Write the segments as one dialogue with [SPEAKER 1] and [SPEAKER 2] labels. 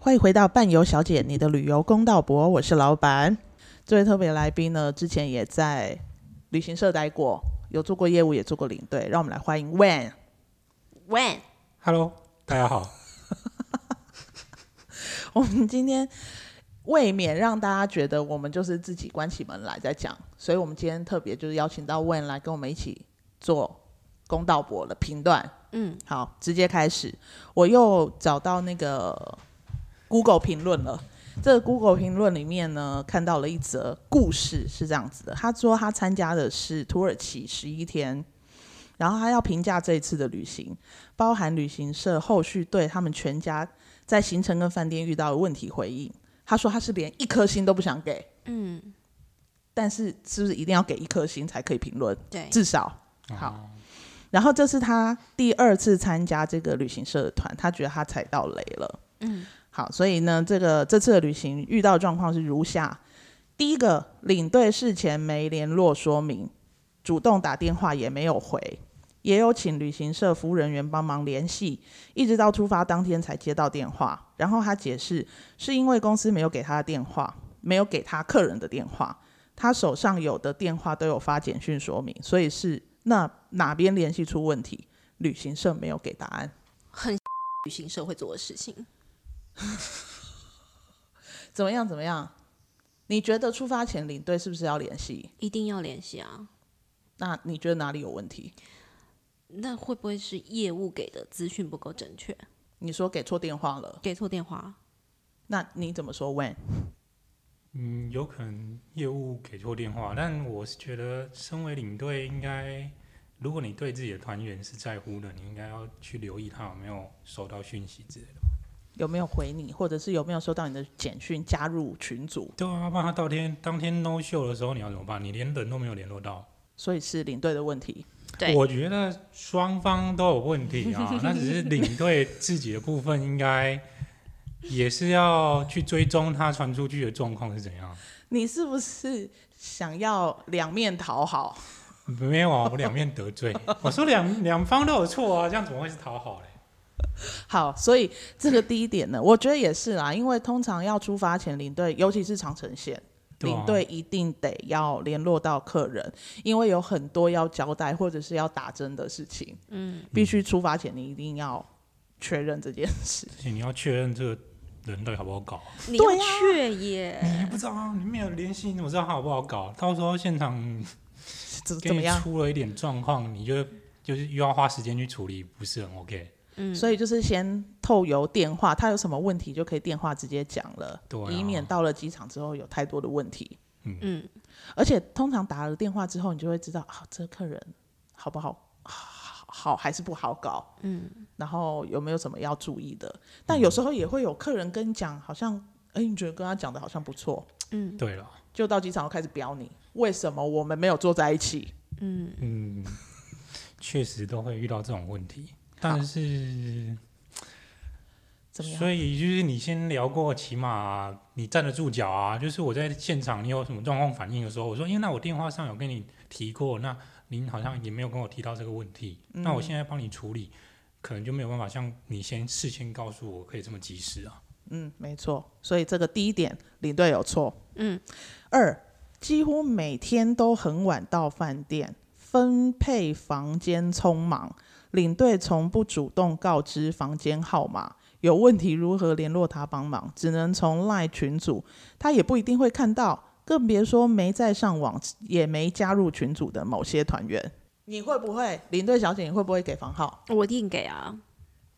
[SPEAKER 1] 欢迎回到伴游小姐，你的旅游公道博，我是老板。这位特别来宾呢，之前也在旅行社待过，有做过业务，也做过领队。让我们来欢迎 Wen。
[SPEAKER 2] When
[SPEAKER 3] Hello，大家好。
[SPEAKER 1] 我们今天未免让大家觉得我们就是自己关起门来在讲，所以我们今天特别就是邀请到 Wen 来跟我们一起做公道博的评断。
[SPEAKER 2] 嗯，
[SPEAKER 1] 好，直接开始。我又找到那个 Google 评论了。这个 Google 评论里面呢，看到了一则故事，是这样子的：他说他参加的是土耳其十一天，然后他要评价这一次的旅行，包含旅行社后续对他们全家在行程跟饭店遇到的问题回应。他说他是连一颗星都不想给，
[SPEAKER 2] 嗯，
[SPEAKER 1] 但是是不是一定要给一颗星才可以评论？
[SPEAKER 2] 对，
[SPEAKER 1] 至少好。然后这是他第二次参加这个旅行社团，他觉得他踩到雷了。
[SPEAKER 2] 嗯，
[SPEAKER 1] 好，所以呢，这个这次的旅行遇到的状况是如下：第一个，领队事前没联络说明，主动打电话也没有回，也有请旅行社服务人员帮忙联系，一直到出发当天才接到电话。然后他解释，是因为公司没有给他的电话，没有给他客人的电话，他手上有的电话都有发简讯说明，所以是那哪边联系出问题，旅行社没有给答案。
[SPEAKER 2] 很 旅行社会做的事情。
[SPEAKER 1] 怎么样？怎么样？你觉得出发前领队是不是要联系？
[SPEAKER 2] 一定要联系啊！
[SPEAKER 1] 那你觉得哪里有问题？
[SPEAKER 2] 那会不会是业务给的资讯不够正确，
[SPEAKER 1] 你说给错电话了，
[SPEAKER 2] 给错电话？
[SPEAKER 1] 那你怎么说？When
[SPEAKER 3] 嗯，有可能业务给错电话，但我是觉得，身为领队，应该如果你对自己的团员是在乎的，你应该要去留意他有没有收到讯息之类的。
[SPEAKER 1] 有没有回你，或者是有没有收到你的简讯加入群组？
[SPEAKER 3] 对啊，不然他当天当天 no show 的时候，你要怎么办？你连人都没有联络到。
[SPEAKER 1] 所以是领队的问题。
[SPEAKER 2] 对
[SPEAKER 3] 我觉得双方都有问题啊，那只是领队自己的部分应该也是要去追踪他传出去的状况是怎样。
[SPEAKER 1] 你是不是想要两面讨好？
[SPEAKER 3] 没有啊，我两面得 罪。我说两两方都有错啊，这样怎么会是讨好嘞？
[SPEAKER 1] 好，所以这个第一点呢，我觉得也是啦，因为通常要出发前，领队尤其是长城线，
[SPEAKER 3] 对啊
[SPEAKER 1] 领队一定得要联络到客人，因为有很多要交代或者是要打针的事情，
[SPEAKER 2] 嗯，
[SPEAKER 1] 必须出发前你一定要确认这件事。
[SPEAKER 3] 而且你要确认这个人到底好不好搞啊、
[SPEAKER 2] 你
[SPEAKER 1] 对
[SPEAKER 2] 要
[SPEAKER 1] 啊
[SPEAKER 2] 确耶，
[SPEAKER 3] 你不知道啊，你没有联系，你怎么知道他好不好搞？到时候现场
[SPEAKER 1] 怎
[SPEAKER 3] 给
[SPEAKER 1] 怎么
[SPEAKER 3] 你
[SPEAKER 1] 样？
[SPEAKER 3] 出了一点状况，你就就是又要花时间去处理，不是很 OK。
[SPEAKER 2] 嗯，
[SPEAKER 1] 所以就是先透由电话，他有什么问题就可以电话直接讲了，
[SPEAKER 3] 对啊
[SPEAKER 1] 以免到了机场之后有太多的问题。
[SPEAKER 2] 嗯，
[SPEAKER 1] 而且通常打了电话之后，你就会知道啊，这客人好不好，好好还是不好搞，
[SPEAKER 2] 嗯，
[SPEAKER 1] 然后有没有什么要注意
[SPEAKER 3] 嗯
[SPEAKER 1] 的？但有时候也会有客人跟你讲，好像哎，你觉得跟他讲的好像不错，
[SPEAKER 2] 嗯
[SPEAKER 3] 对了，
[SPEAKER 1] 就到机场又开始飙你，为什么我们没有坐在一起？
[SPEAKER 2] 嗯，
[SPEAKER 3] 嗯，确实都会遇到这种问题，但是
[SPEAKER 1] 怎么样？
[SPEAKER 3] 所以就是你先聊过，起码你站得住脚啊。就是我在现场，你有什么状况反应的时候，我说，因为那我电话上有跟你提过，那您好像也没有跟我提到这个问题，那我现在帮你处理，可能就没有办法像你先事先告诉我可以这么及时啊。
[SPEAKER 1] 嗯，没错。所以这个第一点，领队有错。
[SPEAKER 2] 嗯，
[SPEAKER 1] 二，几乎每天都很晚到饭店，分配房间匆忙，领队从不主动告知房间号码。有问题如何联络他帮忙，只能从赖群组，他也不一定会看到，更别说没在上网也没加入群组的某些团员。你会不会，领队小姐，你会不会给房号？
[SPEAKER 2] 我一定给啊，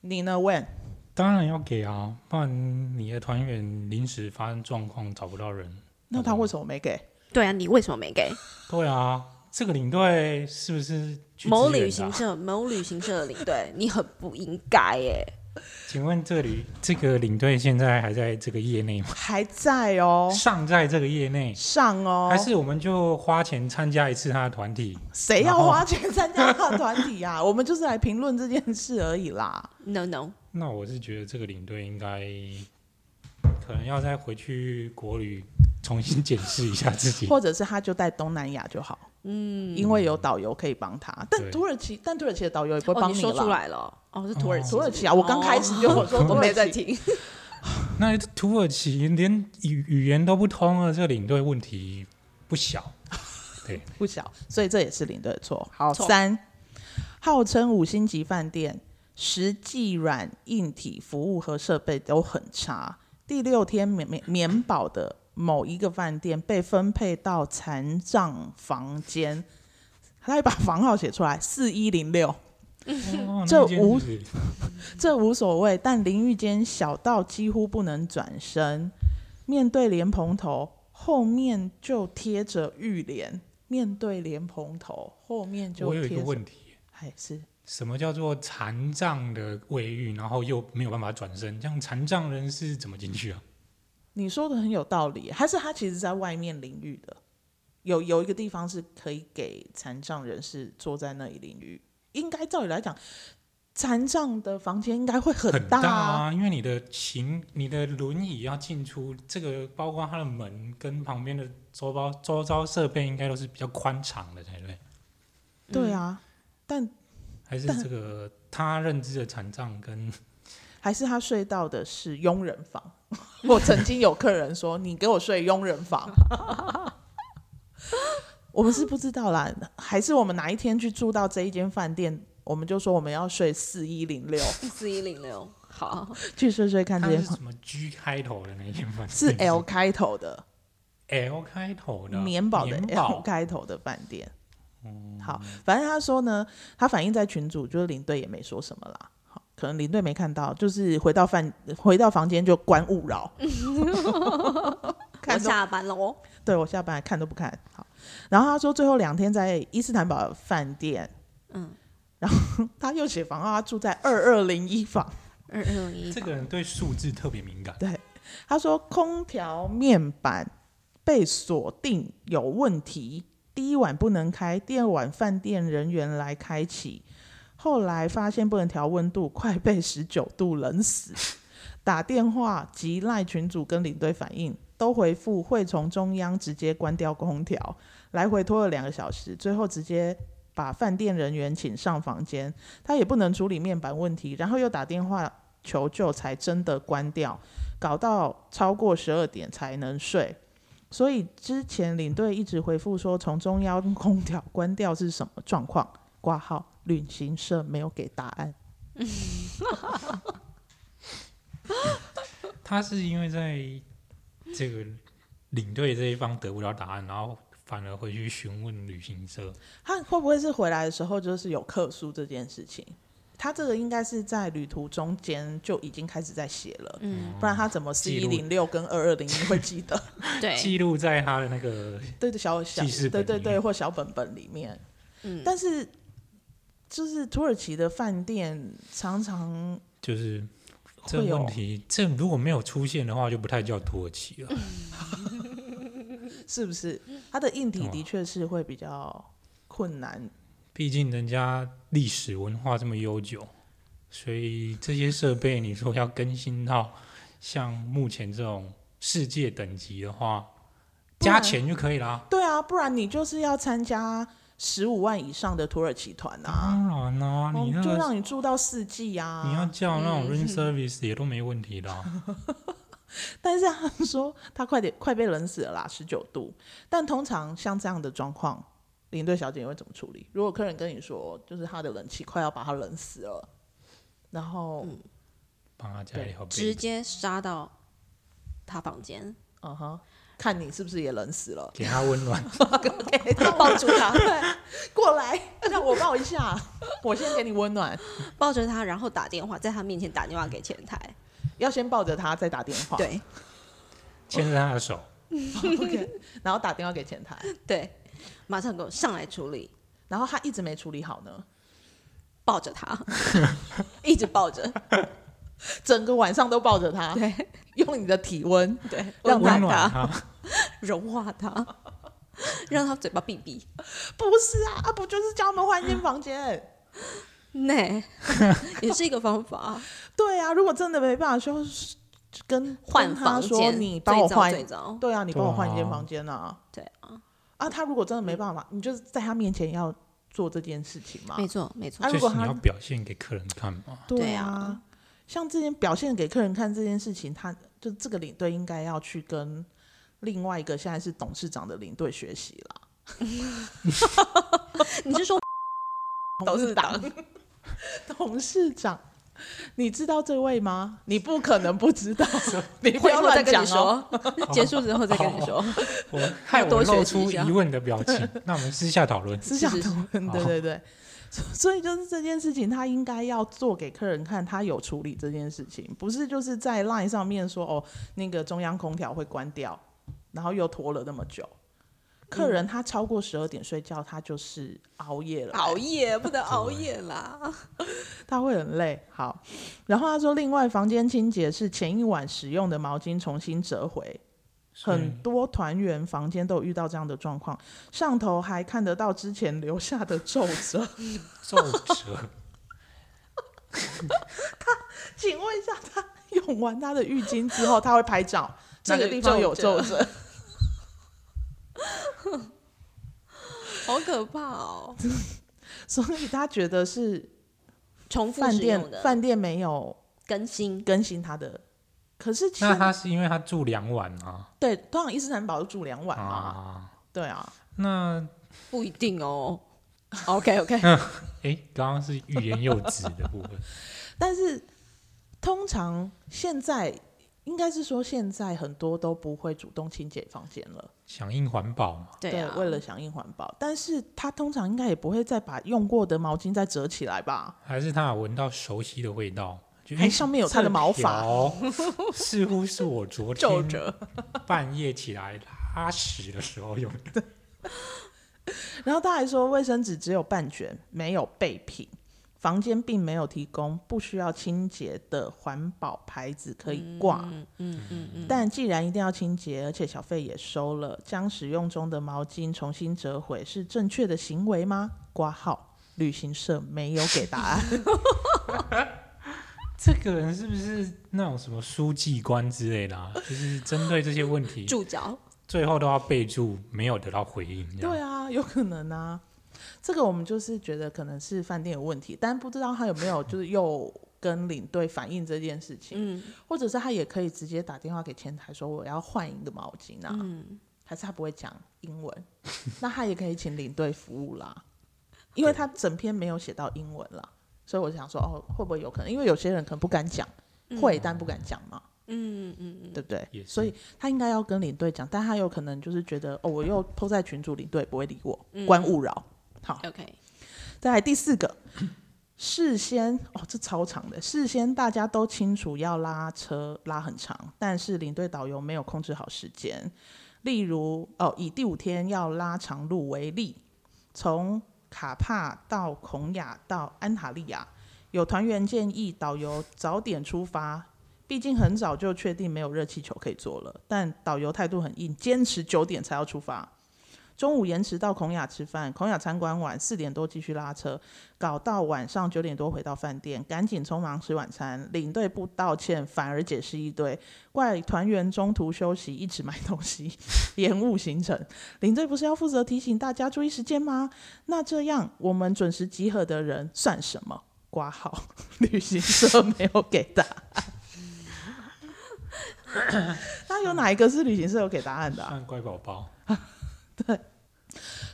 [SPEAKER 1] 你呢？When？
[SPEAKER 3] 当然要给啊，不然你的团员临时发生状况找不到人，
[SPEAKER 1] 那他为什么没给？
[SPEAKER 2] 对啊，你为什么没给？
[SPEAKER 3] 对啊，这个领队是不是去
[SPEAKER 2] 某
[SPEAKER 3] 支援
[SPEAKER 2] 旅
[SPEAKER 3] 的啊
[SPEAKER 2] 行社，某旅行社的领队，你很不应该耶。
[SPEAKER 3] 请问这里这个领队现在还在这个业内吗？
[SPEAKER 1] 还在哦，
[SPEAKER 3] 尚在这个业内。
[SPEAKER 1] 上哦，
[SPEAKER 3] 还是我们就花钱参加一次他的团体，
[SPEAKER 1] 谁
[SPEAKER 3] 然
[SPEAKER 1] 要
[SPEAKER 3] 后
[SPEAKER 1] 花钱参加他的团体呀、 我们就是来评论这件事而已啦。
[SPEAKER 2] No no，
[SPEAKER 3] 那我是觉得这个领队应该可能要再回去国旅重新检视一下自己。
[SPEAKER 1] 或者是他就带东南亚就好，
[SPEAKER 2] 嗯，
[SPEAKER 1] 因为有导游可以帮他。但
[SPEAKER 3] 对
[SPEAKER 1] 土耳其，但土耳其的导游也不会
[SPEAKER 2] 哦，
[SPEAKER 1] 帮
[SPEAKER 2] 你
[SPEAKER 1] 你了。
[SPEAKER 2] 说出来了哦，哦是土耳其，
[SPEAKER 1] 啊土耳其啊，我刚开始就
[SPEAKER 2] 哦
[SPEAKER 1] 我说
[SPEAKER 2] 我
[SPEAKER 1] 土耳
[SPEAKER 2] 没在
[SPEAKER 1] 其，
[SPEAKER 2] 听，
[SPEAKER 3] 那土耳其连语语言都不通了，这个领队问题不小。
[SPEAKER 1] 不小，所以这也是领队的错。好，
[SPEAKER 2] 错
[SPEAKER 1] 三，号称五星级饭店，实际软硬体服务和设备都很差。第六天免免免保的某一个饭店被分配到残障房间，他还把房号写出来四一零六。
[SPEAKER 3] 哦
[SPEAKER 1] 嗯这
[SPEAKER 3] 那间
[SPEAKER 1] 无
[SPEAKER 3] 是
[SPEAKER 1] 这无所谓，但淋浴间小到几乎不能转身，面对莲蓬头，后面就贴着浴帘。面对莲蓬头，后面就
[SPEAKER 3] 我有一
[SPEAKER 1] 贴
[SPEAKER 3] 个
[SPEAKER 1] 着。
[SPEAKER 3] 问题，
[SPEAKER 1] 还是
[SPEAKER 3] 什么叫做残障的卫浴，然后又没有办法转身？这样残障人是怎么进去啊？
[SPEAKER 1] 你说的很有道理，还是他其实在外面淋浴的？有有一个地方是可以给残障人士坐在那里淋浴，应该照理来讲，残障的房间应该会很
[SPEAKER 3] 大
[SPEAKER 1] 啊
[SPEAKER 3] 啊，因为你的行、你的轮椅要进出，这个包括它的门跟旁边的周包、周遭设备，应该都是比较宽敞的才对。
[SPEAKER 1] 对
[SPEAKER 3] 嗯
[SPEAKER 1] 啊，但
[SPEAKER 3] 还是
[SPEAKER 1] 但
[SPEAKER 3] 这个他认知的残障跟
[SPEAKER 1] 还是他睡到的是佣人房。 我曾经有客人说：“你给我睡佣人房。” 我们是不知道啦，还是我们哪一天去住到这一间饭店，我们就说我们要睡四一零六，
[SPEAKER 2] 四一零六，好，
[SPEAKER 1] 去睡睡看
[SPEAKER 3] 他
[SPEAKER 1] 这
[SPEAKER 3] 是
[SPEAKER 1] 间房
[SPEAKER 3] 什么 G 开头的那一间饭店
[SPEAKER 1] 是 L 开头的
[SPEAKER 3] L 开头的啊
[SPEAKER 1] 棉保的 L
[SPEAKER 3] 棉保
[SPEAKER 1] 开头的饭店。好，反正他说呢，他反映在群组，就是领队也没说什么啦。好，可能领队没看到，就是回到饭回到房间就关勿扰，
[SPEAKER 2] 我
[SPEAKER 1] 看都
[SPEAKER 2] 下班了哦。
[SPEAKER 1] 对我下班还看都不看。好，然后他说最后两天在伊斯坦堡饭店，
[SPEAKER 2] 嗯，
[SPEAKER 1] 然后他又写房号，他住在二二零一房。
[SPEAKER 2] 二二一，
[SPEAKER 3] 这个人对数字特别敏感，
[SPEAKER 1] 他说空调面板被锁定有问题，第一晚不能开，第二晚饭店人员来开启，后来发现不能调温度，快被十九度冷死。打电话及赖群主跟领队反映，都回复会从中央直接关掉空调，来回拖了两个小时，最后直接把饭店人员请上房间，他也不能处理面板问题，然后又打电话求救，才真的关掉，搞到超过十二点才能睡。所以之前领队一直回复说，从中央空调关掉是什么状况？挂号旅行社没有给答案。
[SPEAKER 3] 他是因为在这个领队这一方得不到答案，然后反而回去询问旅行社。
[SPEAKER 1] 他会不会是回来的时候就是有客诉这件事情？他这个应该是在旅途中间就已经开始在写了，
[SPEAKER 2] 嗯，
[SPEAKER 1] 不然他怎么四
[SPEAKER 3] 记
[SPEAKER 1] 一
[SPEAKER 3] 录
[SPEAKER 1] 零六跟二二零一会记得？
[SPEAKER 2] 嗯对，
[SPEAKER 3] 记录在他的那个
[SPEAKER 1] 对对，小小
[SPEAKER 3] 记事
[SPEAKER 1] 对
[SPEAKER 3] 本
[SPEAKER 1] 对
[SPEAKER 3] 里
[SPEAKER 1] 对，
[SPEAKER 3] 面
[SPEAKER 1] 或小本本里面。
[SPEAKER 2] 嗯，
[SPEAKER 1] 但是就是土耳其的饭店常常
[SPEAKER 3] 就是这
[SPEAKER 1] 会有
[SPEAKER 3] 问题，这如果没有出现的话，就不太叫土耳其了。
[SPEAKER 1] 嗯是不是它的硬体
[SPEAKER 3] 懂啊
[SPEAKER 1] 的确是会比较困难？
[SPEAKER 3] 毕竟人家历史文化这么悠久，所以这些设备你说要更新到像目前这种世界等级的话，
[SPEAKER 1] 不然
[SPEAKER 3] 加钱就可以啦。
[SPEAKER 1] 对啊，不然你就是要参加十五万以上的土耳其团啊，
[SPEAKER 3] 当然
[SPEAKER 1] 哦
[SPEAKER 3] 啦、你那
[SPEAKER 1] 就
[SPEAKER 3] 个
[SPEAKER 1] 让你住到四季啊。
[SPEAKER 3] 你要叫那种
[SPEAKER 2] 嗯
[SPEAKER 3] room service 也都没问题的啊、
[SPEAKER 1] 但是他说他快点 快被冷死了啦，十九度。但通常像这样的状况，领队小姐你会怎么处理？如果客人跟你说，就是他的冷气快要把他冷死了，然后
[SPEAKER 2] 嗯
[SPEAKER 3] 帮他加料
[SPEAKER 2] 直
[SPEAKER 3] 杯，，
[SPEAKER 2] 接杀到他房间，
[SPEAKER 1] 嗯哼、看你是不是也冷死了
[SPEAKER 3] 给他温暖。
[SPEAKER 1] 给他抱住他，对， 过来让我抱一下，我先给你温暖。
[SPEAKER 2] 抱着他，然后打电话，在他面前打电话给前台，
[SPEAKER 1] 要先抱着他，再打电话，
[SPEAKER 2] 对
[SPEAKER 3] 牵着他的手，
[SPEAKER 1] ，OK，然后打电话给前台，
[SPEAKER 2] 对，马上给我上来处理，
[SPEAKER 1] 然后他一直没处理好呢，
[SPEAKER 2] 抱着他， 一直抱着，
[SPEAKER 1] 整个晚上都抱着他，
[SPEAKER 2] 对
[SPEAKER 1] 用你的体啊 温
[SPEAKER 2] 对，
[SPEAKER 1] 让他
[SPEAKER 2] 让
[SPEAKER 3] 温
[SPEAKER 2] 他
[SPEAKER 3] 暖他。
[SPEAKER 2] 融化他， 让他嘴巴闭闭，
[SPEAKER 1] 不是啊，啊不就是叫他们换一间房间？
[SPEAKER 2] 那也是一个方法，
[SPEAKER 1] 对啊，如果真的没办法修，就是跟
[SPEAKER 2] 换
[SPEAKER 1] 跟他
[SPEAKER 2] 房
[SPEAKER 1] 说
[SPEAKER 2] 间，
[SPEAKER 1] 你
[SPEAKER 2] 最
[SPEAKER 1] 帮我
[SPEAKER 2] 早
[SPEAKER 1] 换，
[SPEAKER 2] 最早，
[SPEAKER 1] 对啊，你帮我
[SPEAKER 3] 对啊
[SPEAKER 1] 换一间房间啊。
[SPEAKER 2] 对啊，
[SPEAKER 1] 啊，他如果真的没办法，你就是在他面前要做这件事情嘛。
[SPEAKER 2] 没错没错
[SPEAKER 1] 啊，
[SPEAKER 3] 就
[SPEAKER 1] 如果
[SPEAKER 3] 是你
[SPEAKER 1] 他
[SPEAKER 3] 要表现给客人看嘛。
[SPEAKER 1] 对
[SPEAKER 2] 对
[SPEAKER 1] 啊
[SPEAKER 2] 啊，
[SPEAKER 1] 像这件表现给客人看这件事情，他就这个领队应该要去跟另外一个现在是董事长的领队学习啦。
[SPEAKER 2] 你是说
[SPEAKER 1] 董事长，董事长， 你知道这位吗？你不可能不知道， 你不
[SPEAKER 2] 回
[SPEAKER 1] 要
[SPEAKER 2] 头再
[SPEAKER 1] 乱
[SPEAKER 2] 跟
[SPEAKER 1] 讲
[SPEAKER 2] 你
[SPEAKER 1] 哦。
[SPEAKER 2] 说， 结束之后再跟你 说。
[SPEAKER 3] 我害
[SPEAKER 2] 多
[SPEAKER 3] 我
[SPEAKER 2] 学
[SPEAKER 3] 露
[SPEAKER 2] 习一
[SPEAKER 3] 出
[SPEAKER 2] 下
[SPEAKER 3] 疑问的表 情。那我们私下讨论。
[SPEAKER 1] 思想
[SPEAKER 2] 是是
[SPEAKER 1] 讨论，对
[SPEAKER 3] 好
[SPEAKER 1] 对 对。所所以就是这件事情，他应该要做给客人看，他有处理这件事情，不是就是在 LINE 上面说哦，那个中央空调会关掉，然后又拖了那么久。客
[SPEAKER 2] 嗯
[SPEAKER 1] 人他超过十二点睡觉，他就是熬夜了，
[SPEAKER 2] 熬夜不能熬夜啦，
[SPEAKER 1] 他会很累。好，然后他说，另外房间清洁是前一晚使用的毛巾重新折回，很多团员房间都有遇到这样的状况，上头还看得到之前留下的皱褶。
[SPEAKER 3] 皱
[SPEAKER 1] 嗯
[SPEAKER 3] 褶，
[SPEAKER 1] 请问一下，他用完他的浴巾之后，他会拍照，
[SPEAKER 2] 这
[SPEAKER 1] 这
[SPEAKER 2] 个
[SPEAKER 1] 个地方有皱褶，
[SPEAKER 2] 好可怕哦！
[SPEAKER 1] 所以他觉得是
[SPEAKER 2] 重复
[SPEAKER 1] 饭
[SPEAKER 2] 使
[SPEAKER 1] 店
[SPEAKER 2] 用的
[SPEAKER 1] 饭店没有
[SPEAKER 2] 更新，
[SPEAKER 1] 更新他的。可是其
[SPEAKER 3] 那
[SPEAKER 1] 实
[SPEAKER 3] 他是因为他住两晚啊
[SPEAKER 1] 对，通常伊斯坦堡都住两晚嘛，
[SPEAKER 3] 啊，
[SPEAKER 1] 对啊，
[SPEAKER 3] 那
[SPEAKER 2] 不一定哦。OK OK，
[SPEAKER 1] 啊
[SPEAKER 3] 诶，刚刚是欲言又止的部分，
[SPEAKER 1] 但是通常现在应该是说现在很多都不会主动清洁房间了，
[SPEAKER 3] 响应环保嘛，
[SPEAKER 2] 对啊，
[SPEAKER 1] 为了响应环保，但是他通常应该也不会再把用过的毛巾再折起来吧？
[SPEAKER 3] 还是他有闻到熟悉的味道？就
[SPEAKER 1] 还上面有他的毛发，
[SPEAKER 3] 诶这条似乎是我昨
[SPEAKER 2] 皱
[SPEAKER 3] 天
[SPEAKER 2] 褶，
[SPEAKER 3] 半夜起来拉屎的时候用的。
[SPEAKER 1] 然后他还说，卫生纸只有半卷，没有备品，房间并没有提供不需要清洁的环保牌子可以挂。
[SPEAKER 2] 嗯嗯嗯嗯，
[SPEAKER 1] 但既然一定要清洁，而且小费也收了，将使用中的毛巾重新折回是正确的行为吗？挂号，旅行社没有给答案。
[SPEAKER 3] 这个人是不是那种什么书记官之类的、啊？就是针对这些问题，
[SPEAKER 2] 注脚
[SPEAKER 3] 最后都要备注没有得到回应。这样
[SPEAKER 1] 对啊，有可能啊。这个我们就是觉得可能是饭店有问题，但不知道他有没有就是又跟领队反映这件事情。
[SPEAKER 2] 嗯
[SPEAKER 1] 或者是他也可以直接打电话给前台说我要换一个毛巾啊，
[SPEAKER 2] 嗯，
[SPEAKER 1] 还是他不会讲英文， 那他也可以请领队服务啦，因为他整篇没有写到英文啦，所以我想说哦，会不会有可能？因为有些人可能不敢讲，会但不敢讲嘛，
[SPEAKER 2] 嗯嗯
[SPEAKER 1] 对不对
[SPEAKER 3] 也？是
[SPEAKER 1] 所以他应该要跟领队讲，但他有可能就是觉得哦，我又抛在群主，领队也不会理我，关勿扰。好，
[SPEAKER 2] 嗯，OK，
[SPEAKER 1] 再来第四个，事先哦，这超长的。事先大家都清楚要拉车拉很长，但是领队导游没有控制好时间。例如哦，以第五天要拉长路为例，从卡帕到孔雅到安塔利亚，有团员建议导游早点出发。毕竟很早就确定没有热气球可以坐了，但导游态度很硬，坚持九点才要出发。中午延迟到孔雅吃饭，孔雅参观完四点多继续拉车，搞到晚上九点多回到饭店，赶紧匆忙吃晚餐。领队不道歉，反而解释一堆，怪团员中途休息，一直买东西， 延误行程。领队不是要负责提醒大家注意时间吗？那这样我们准时集合的人算什么？挂号， 旅行社没有给答案。 那有哪一个是旅行社有给答案的、啊？
[SPEAKER 3] 算乖宝宝，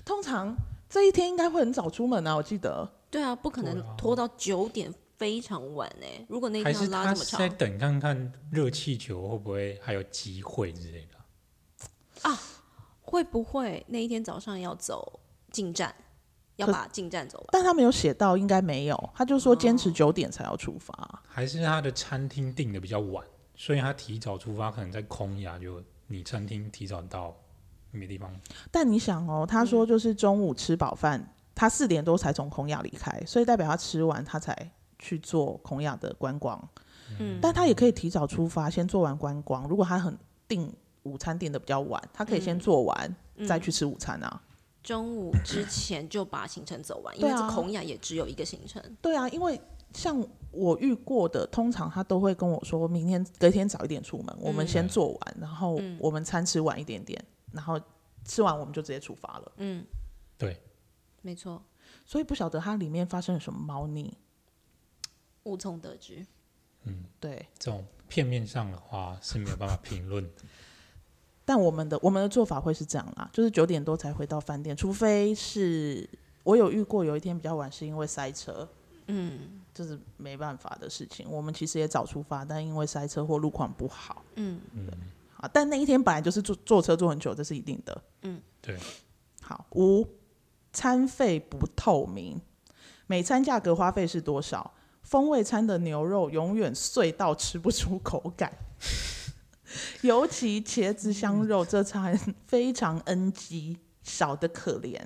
[SPEAKER 1] 通常这一天应该会很早出门啊，我记得。
[SPEAKER 2] 对啊，不可
[SPEAKER 3] 对啊
[SPEAKER 2] 能拖到九点非常晚哎。如果那
[SPEAKER 3] 还
[SPEAKER 2] 天要
[SPEAKER 3] 是
[SPEAKER 2] 拉
[SPEAKER 3] 他
[SPEAKER 2] 这么
[SPEAKER 3] 是在
[SPEAKER 2] 长
[SPEAKER 3] 等看看热气球会不会还有机会之类的？
[SPEAKER 2] 啊，会不会那一天早上要走进站，要
[SPEAKER 1] 可
[SPEAKER 2] 把进站走完？
[SPEAKER 1] 但他没有写到，应该没有。他就说坚持九点才要出发。
[SPEAKER 3] 还是他的餐厅订的比较晚，所以他提早出发，可能在空雅就你餐厅提早到没地方。
[SPEAKER 1] 但你想哦，他说就是中午吃饱饭，他四点多才从孔雅离开，所以代表他吃完他才去做孔雅的观光。
[SPEAKER 2] 嗯，
[SPEAKER 1] 但他也可以提早出发，先做完观光。如果他很订午餐订的比较晚，他可以先做完、再去吃午餐啊。
[SPEAKER 2] 中午之前就把行程走完，因
[SPEAKER 1] 对
[SPEAKER 2] 为
[SPEAKER 1] 啊
[SPEAKER 2] 这孔雅也只有一个行程。
[SPEAKER 1] 对啊，因为像我遇过的，通常他都会跟我说，明天隔天早一点出门，我们先做完，然后我们餐吃晚一点点，然后吃完我们就直接出发了。
[SPEAKER 2] 嗯，
[SPEAKER 3] 对，
[SPEAKER 2] 没错，
[SPEAKER 1] 所以不晓得它里面发生了什么猫腻。
[SPEAKER 2] 无从得知。
[SPEAKER 1] 对，
[SPEAKER 3] 嗯这种片面上的话是没有办法评 论的。
[SPEAKER 1] 但我们的我们的做法会是这样啦，就是九点多才回到饭店，除非是我有遇过有一天比较晚是因为塞车，
[SPEAKER 2] 嗯
[SPEAKER 1] 这是没办法的事情。我们其实也早出发，但因为塞车或路况不好
[SPEAKER 2] 嗯，
[SPEAKER 1] 啊，但那一天本来就是坐坐车坐很久，这是一定的。
[SPEAKER 3] 对，
[SPEAKER 1] 好，五餐费不透明，每餐价格花费是多少？风味餐的牛肉永远碎到吃不出口感， 尤其茄子香肉这餐非常 NG，少的可怜。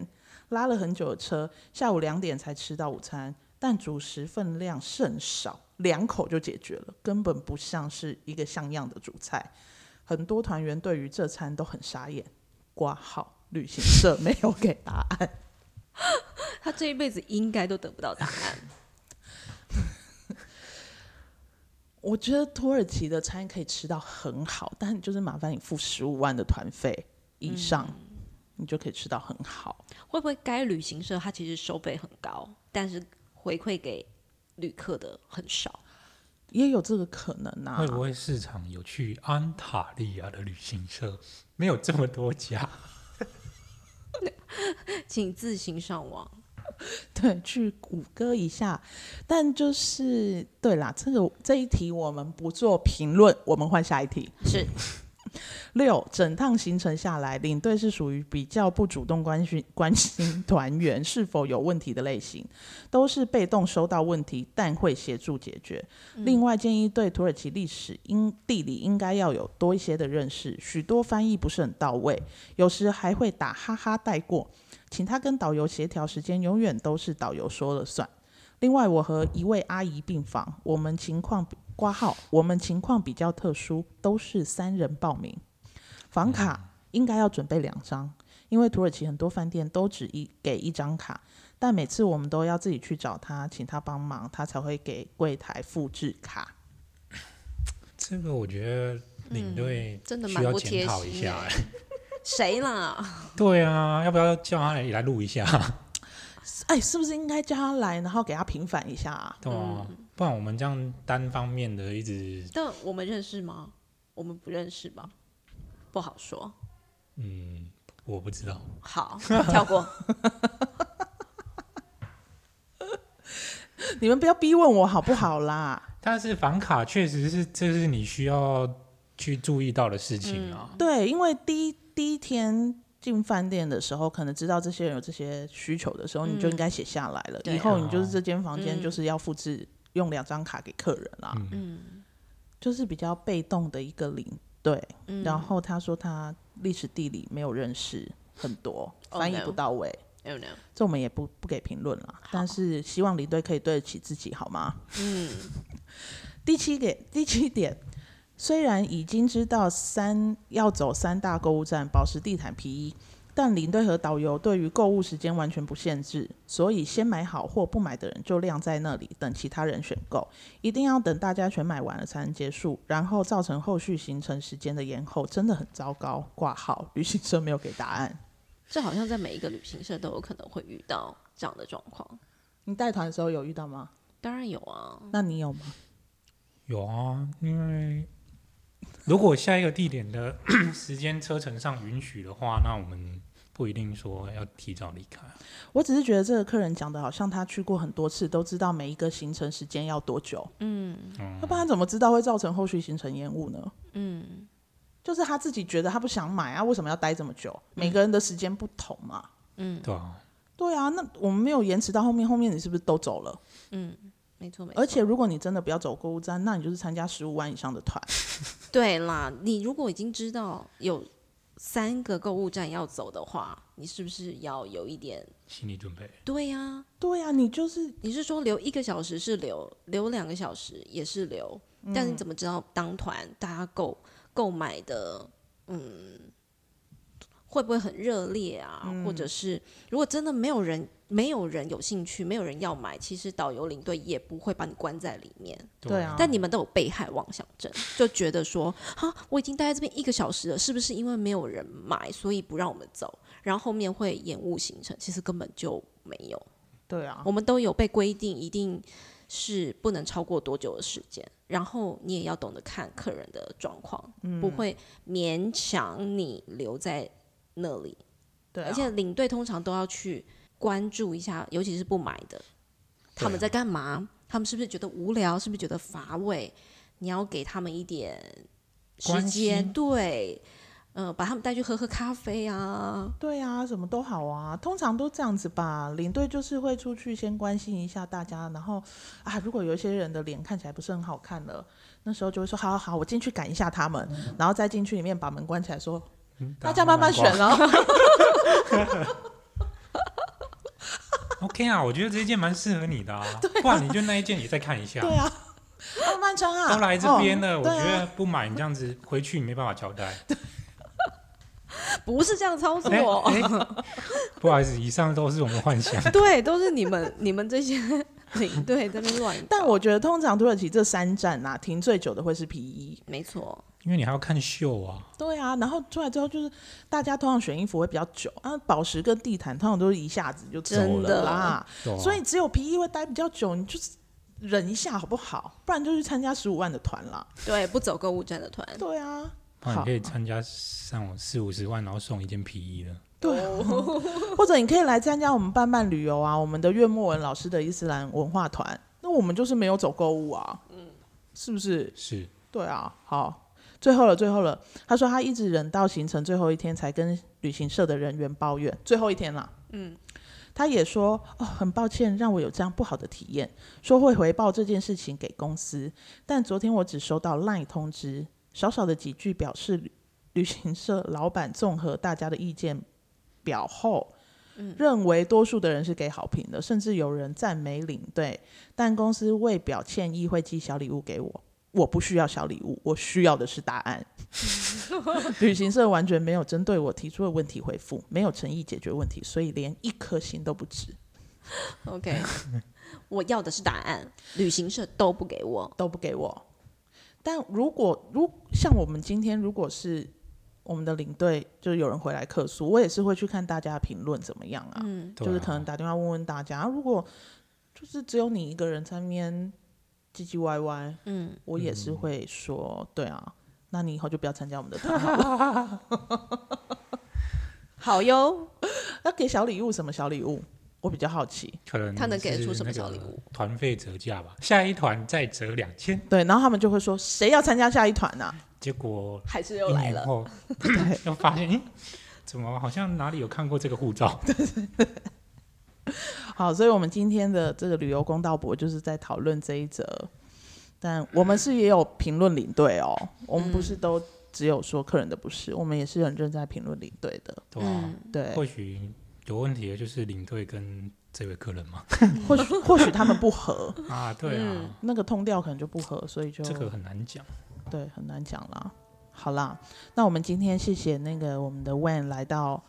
[SPEAKER 1] 拉了很久的车，下午两点才吃到午餐，但主食分量甚少，两口就解决了，根本不像是一个像样的主菜。很多团员对于这餐都很傻眼，挂号旅行社没有给答案。
[SPEAKER 2] 他这一辈子应该都得不到答案。
[SPEAKER 1] 我觉得土耳其的餐可以吃到很好，但就是麻烦你付十五万的团费以上，
[SPEAKER 3] 嗯
[SPEAKER 1] 你就可以吃到很好。
[SPEAKER 2] 会不会该旅行社它其实收费很高，但是回馈给旅客的很少？
[SPEAKER 1] 也有这个可能啊
[SPEAKER 3] 会，不会市场有去安塔利亚的旅行社？没有这么 多家，
[SPEAKER 2] 请自行上网。
[SPEAKER 1] 对，去谷歌一下。但就是对啦，这个这一题我们不做评论，我们换下一题。
[SPEAKER 2] 是，
[SPEAKER 1] 六，整趟行程下来，领队是属于比较不主动关心关心团员 是否有问题的类型，都是被动收到问题，但会协助解决。另外，建议对土耳其历史、应地理应该要有多一些的认识，许多翻译不是很到位，有时还会打哈哈带过，请他跟导游协调时间，永远都是导游说了算。另外，我和一位阿姨病房，我们情况比挂号，我们情况比较特殊，都是三人报名。
[SPEAKER 2] 嗯
[SPEAKER 1] 房卡应该要准备两张，因为土耳其很多饭店都只一给一张卡，但每次我们都要自己去找他，请他帮忙，他才会给柜台复制卡。
[SPEAKER 3] 这个我觉得领队
[SPEAKER 2] 嗯真的
[SPEAKER 3] 需
[SPEAKER 2] 蛮
[SPEAKER 3] 要
[SPEAKER 2] 不
[SPEAKER 3] 检
[SPEAKER 2] 贴
[SPEAKER 3] 讨一
[SPEAKER 2] 心
[SPEAKER 3] 下、
[SPEAKER 2] 欸
[SPEAKER 3] 哎
[SPEAKER 2] 谁啦？
[SPEAKER 3] 对啊，要不要叫他来来录一下？
[SPEAKER 1] 哎，是不是应该叫他来，然后给他平反一下啊？
[SPEAKER 3] 对啊，不然我们这样单方面的一直，
[SPEAKER 2] 但我们认识吗？我们不认识吧？不好说。
[SPEAKER 3] 嗯，我不知道。
[SPEAKER 2] 好，跳过。嗯
[SPEAKER 1] 你们不要逼问我好不好 啦？
[SPEAKER 3] 但是房卡确实是，这是你需要去注意到的事情啊。
[SPEAKER 1] 对，因为第一第一天。进饭店的时候，可能知道这些人有这些需求的时候，你就应该写下来了。
[SPEAKER 2] 嗯对
[SPEAKER 1] 以后你就是这间房
[SPEAKER 2] 哦
[SPEAKER 1] 间就是要复制用两张卡给客人啦，
[SPEAKER 2] 嗯
[SPEAKER 1] 就是比较被动的一个领队。
[SPEAKER 2] 嗯，
[SPEAKER 1] 然后他说他历史地理没有认识很多，
[SPEAKER 2] Oh
[SPEAKER 1] 翻译
[SPEAKER 2] no
[SPEAKER 1] 不到位。
[SPEAKER 2] I don't know
[SPEAKER 1] 这我们也不不给评论了，但是希望领队可以对得起自己，好吗？
[SPEAKER 2] 嗯，
[SPEAKER 1] 第七点，第七点，虽然已经知道三要走三大购物站，保时地毯、皮衣，但领队和导游对于购物时间完全不限制，所以先买好或不买的人就晾在那里，等其他人选购，一定要等大家全买完了才能结束，然后造成后续行程时间的延后，真的很糟糕。挂号，旅行社没有给答案。
[SPEAKER 2] 这好像在每一个旅行社都有可能会遇到这样的状况。
[SPEAKER 1] 你带团的时候有遇到吗？
[SPEAKER 2] 当然有啊，
[SPEAKER 1] 那你有吗？
[SPEAKER 3] 有啊，因为如果下一个地点的 时间车程上允许的话，那我们不一定说要提早离开。啊
[SPEAKER 1] 我只是觉得这个客人讲的好像他去过很多次，都知道每一个行程时间要多久。
[SPEAKER 2] 嗯
[SPEAKER 1] 要不然怎么知道会造成后续行程延误呢？
[SPEAKER 2] 嗯，
[SPEAKER 1] 就是他自己觉得他不想买啊，为什么要待这么久？
[SPEAKER 2] 嗯
[SPEAKER 1] 每个人的时间不同嘛。
[SPEAKER 3] 对啊，
[SPEAKER 1] 对啊，那我们没有延迟到后面，后面你是不是都走了？
[SPEAKER 2] 嗯没错没错。
[SPEAKER 1] 而且如果你真的不要走购物站，那你就是参加十五万以上的团。
[SPEAKER 2] 对啦，你如果已经知道有三个购物站要走的话，你是不是要有一点？
[SPEAKER 3] 心理准备。
[SPEAKER 2] 对呀、
[SPEAKER 1] 对啊，你就是
[SPEAKER 2] 你是说留一个小时是留，留两个小时也是留，但你怎么知道当团大家购购买的，嗯，会不会很热烈啊？或者是如果真的没有人没有人有兴趣，没有人要买，其实导游领队也不会把你关在里面。
[SPEAKER 1] 对啊
[SPEAKER 2] 但你们都有被害妄想症，就觉得说，哈，我已经待在这边一个小时了，是不是因为没有人买，所以不让我们走？然后后面会延误行程，其实根本就没有。
[SPEAKER 1] 对啊
[SPEAKER 2] 我，们都有被规定一定是不能超过多久的时间，然后你也要懂得看客人的状况，不会勉强你留在那里。
[SPEAKER 1] 对啊、
[SPEAKER 2] 而且领队通常都要去关注一下，尤其是不买的，他们在干嘛？他们是不是觉得无聊？是不是觉得乏味？你要给他们一点时
[SPEAKER 3] 关
[SPEAKER 2] 间，
[SPEAKER 3] 心
[SPEAKER 2] 对，呃，把他们带去喝喝咖啡啊，
[SPEAKER 1] 对啊，什么都好啊，通常都这样子吧。领队就是会出去先关心一下大家，然后啊，如果有一些人的脸看起来不是很好看了，那时候就会说好好好，我进去赶一下他们，然后再进去里面把门关起来说，
[SPEAKER 3] 嗯
[SPEAKER 1] 大家慢慢选
[SPEAKER 3] 逛
[SPEAKER 1] 哦。
[SPEAKER 3] OK 啊，我觉得这件蛮适合 你的啊，不然你就那一件也再看一下。
[SPEAKER 1] 对啊，慢慢穿啊，
[SPEAKER 3] 都来这边
[SPEAKER 1] 哦
[SPEAKER 3] 了，我
[SPEAKER 1] 对
[SPEAKER 3] 觉
[SPEAKER 1] 啊
[SPEAKER 3] 得不买你这样子回去你没办法交代。
[SPEAKER 2] 不是这样操作。
[SPEAKER 3] 哎哎不好意思，以上都是我们幻想。
[SPEAKER 2] 对，都是你们 你们这些领队在那边乱搞。
[SPEAKER 1] 但我觉得通常土耳其这三站啊，停最久的会是皮衣。
[SPEAKER 2] 没错，
[SPEAKER 3] 因为你还要看秀啊，
[SPEAKER 1] 对啊，然后出来之后就是大家通常选衣服会比较久啊，宝石跟地毯通常都是一下子就走
[SPEAKER 2] 真
[SPEAKER 1] 了
[SPEAKER 2] 的
[SPEAKER 1] 啦，
[SPEAKER 3] 对啊
[SPEAKER 1] 所以只有皮衣会待比较久，你就是忍一下好不好？不然就去参加十五万的团啦。
[SPEAKER 2] 对，不走购物站的团，
[SPEAKER 1] 对啊，
[SPEAKER 3] 不然
[SPEAKER 1] 好
[SPEAKER 3] 你可以参加上我四五十万，然后送一件皮衣了。
[SPEAKER 1] 对啊，或者你可以来参加我们伴伴旅游啊，我们的岳莫文老师的伊斯兰文化团，那我们就是没有走购物啊，嗯，是不是？
[SPEAKER 3] 是，
[SPEAKER 1] 对啊，好，最后了，最后了。他说他一直忍到行程最后一天才跟旅行社的人员抱怨，最后一天啦。嗯，他也说哦，很抱歉让我有这样不好的体验，说会回报这件事情给公司，但昨天我只收到 LINE 通知，少少的几句表示旅旅行社老板综合大家的意见表后。认为多数的人是给好评的，甚至有人赞美领队，但公司未表歉意会寄小礼物给我。我不需要小礼物，我需要的是答案。旅行社完全没有针对我提出的问题回复，没有诚意解决问题，所以连一颗星都不值，
[SPEAKER 2] OK，我要的是答案，旅行社都不给我。
[SPEAKER 1] 都不给我。但如果如像我们今天，如果是我们的领队，就是有人回来客诉，我也是会去看大家的评论怎么样啊，
[SPEAKER 2] 嗯，
[SPEAKER 3] 对啊
[SPEAKER 1] 就是可能打电话问问大家，啊如果就是只有你一个人在那边唧唧歪歪，
[SPEAKER 2] 嗯，
[SPEAKER 1] 我也是会说，
[SPEAKER 3] 嗯
[SPEAKER 1] 对啊，那你以后就不要参加我们的团好了。
[SPEAKER 2] 好哟，
[SPEAKER 1] 要给小礼物什么小礼物？我比较好奇。
[SPEAKER 3] 可能
[SPEAKER 2] 他能给得
[SPEAKER 3] 是
[SPEAKER 2] 出什么
[SPEAKER 3] 那个
[SPEAKER 2] 小礼物？
[SPEAKER 3] 团费折价吧，下一团再折两千。
[SPEAKER 1] 对，然后他们就会说，谁要参加下一团呢、啊？
[SPEAKER 3] 结果
[SPEAKER 2] 还是
[SPEAKER 3] 一
[SPEAKER 2] 又来
[SPEAKER 3] 年
[SPEAKER 2] 了。
[SPEAKER 3] 后， 又发现，诶，怎么好像哪里有看过这个护 照？
[SPEAKER 1] 好，所以我们今天的这个旅游公道博就是在讨论这一则，但我们是也有评论领队哦，我们不是都只有说客人的不是，我们也是很认真在评论领队的。
[SPEAKER 3] 对
[SPEAKER 2] 嗯
[SPEAKER 3] 啊，
[SPEAKER 1] 对，
[SPEAKER 3] 或许有问题的就是领队跟这位客人 嘛。
[SPEAKER 1] 或许或许他们不合，
[SPEAKER 3] 啊，对
[SPEAKER 2] 嗯
[SPEAKER 3] 啊，
[SPEAKER 1] 那个通调可能就不合，所以就
[SPEAKER 3] 这个很难讲。
[SPEAKER 1] 对，很难讲啦。好啦，那我们今天谢谢那个我们的 Wan 来到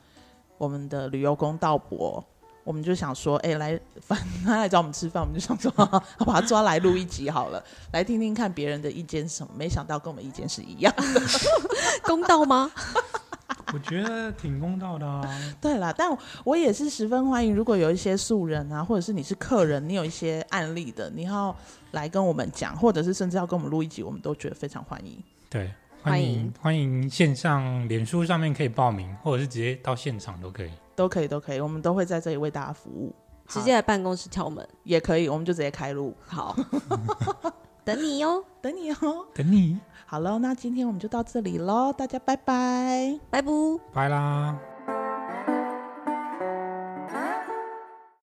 [SPEAKER 1] 我们的旅游公道博，我们就想说，哎、来，反正他来找我们吃饭，我们就想说，好把他抓来录一集好了，来听听看别人的意见是什么。没想到跟我们意见是一样。
[SPEAKER 2] 公道吗？
[SPEAKER 3] 我觉得挺公道的啊。
[SPEAKER 1] 对啦，但我也是十分欢迎，如果有一些素人啊，或者是你是客人，你有一些案例的，你要来跟我们讲，或者是甚至要跟我们录一集，我们都觉得非常欢迎。
[SPEAKER 3] 对，
[SPEAKER 2] 欢
[SPEAKER 3] 欢
[SPEAKER 2] 迎
[SPEAKER 3] 迎欢迎线上脸书上面可以报名，或者是直接到现场都可以。
[SPEAKER 1] 都可以，都可以，我们都会在这里为大家服务，
[SPEAKER 2] 直接来办公室敲门。
[SPEAKER 1] 也可以，我们就直接开录。
[SPEAKER 2] 好，等你哟，
[SPEAKER 1] 等你哦。
[SPEAKER 3] 等你，
[SPEAKER 1] 好喽，那今天我们就到这里喽，大家拜拜。
[SPEAKER 2] 拜拜。
[SPEAKER 3] 拜啦。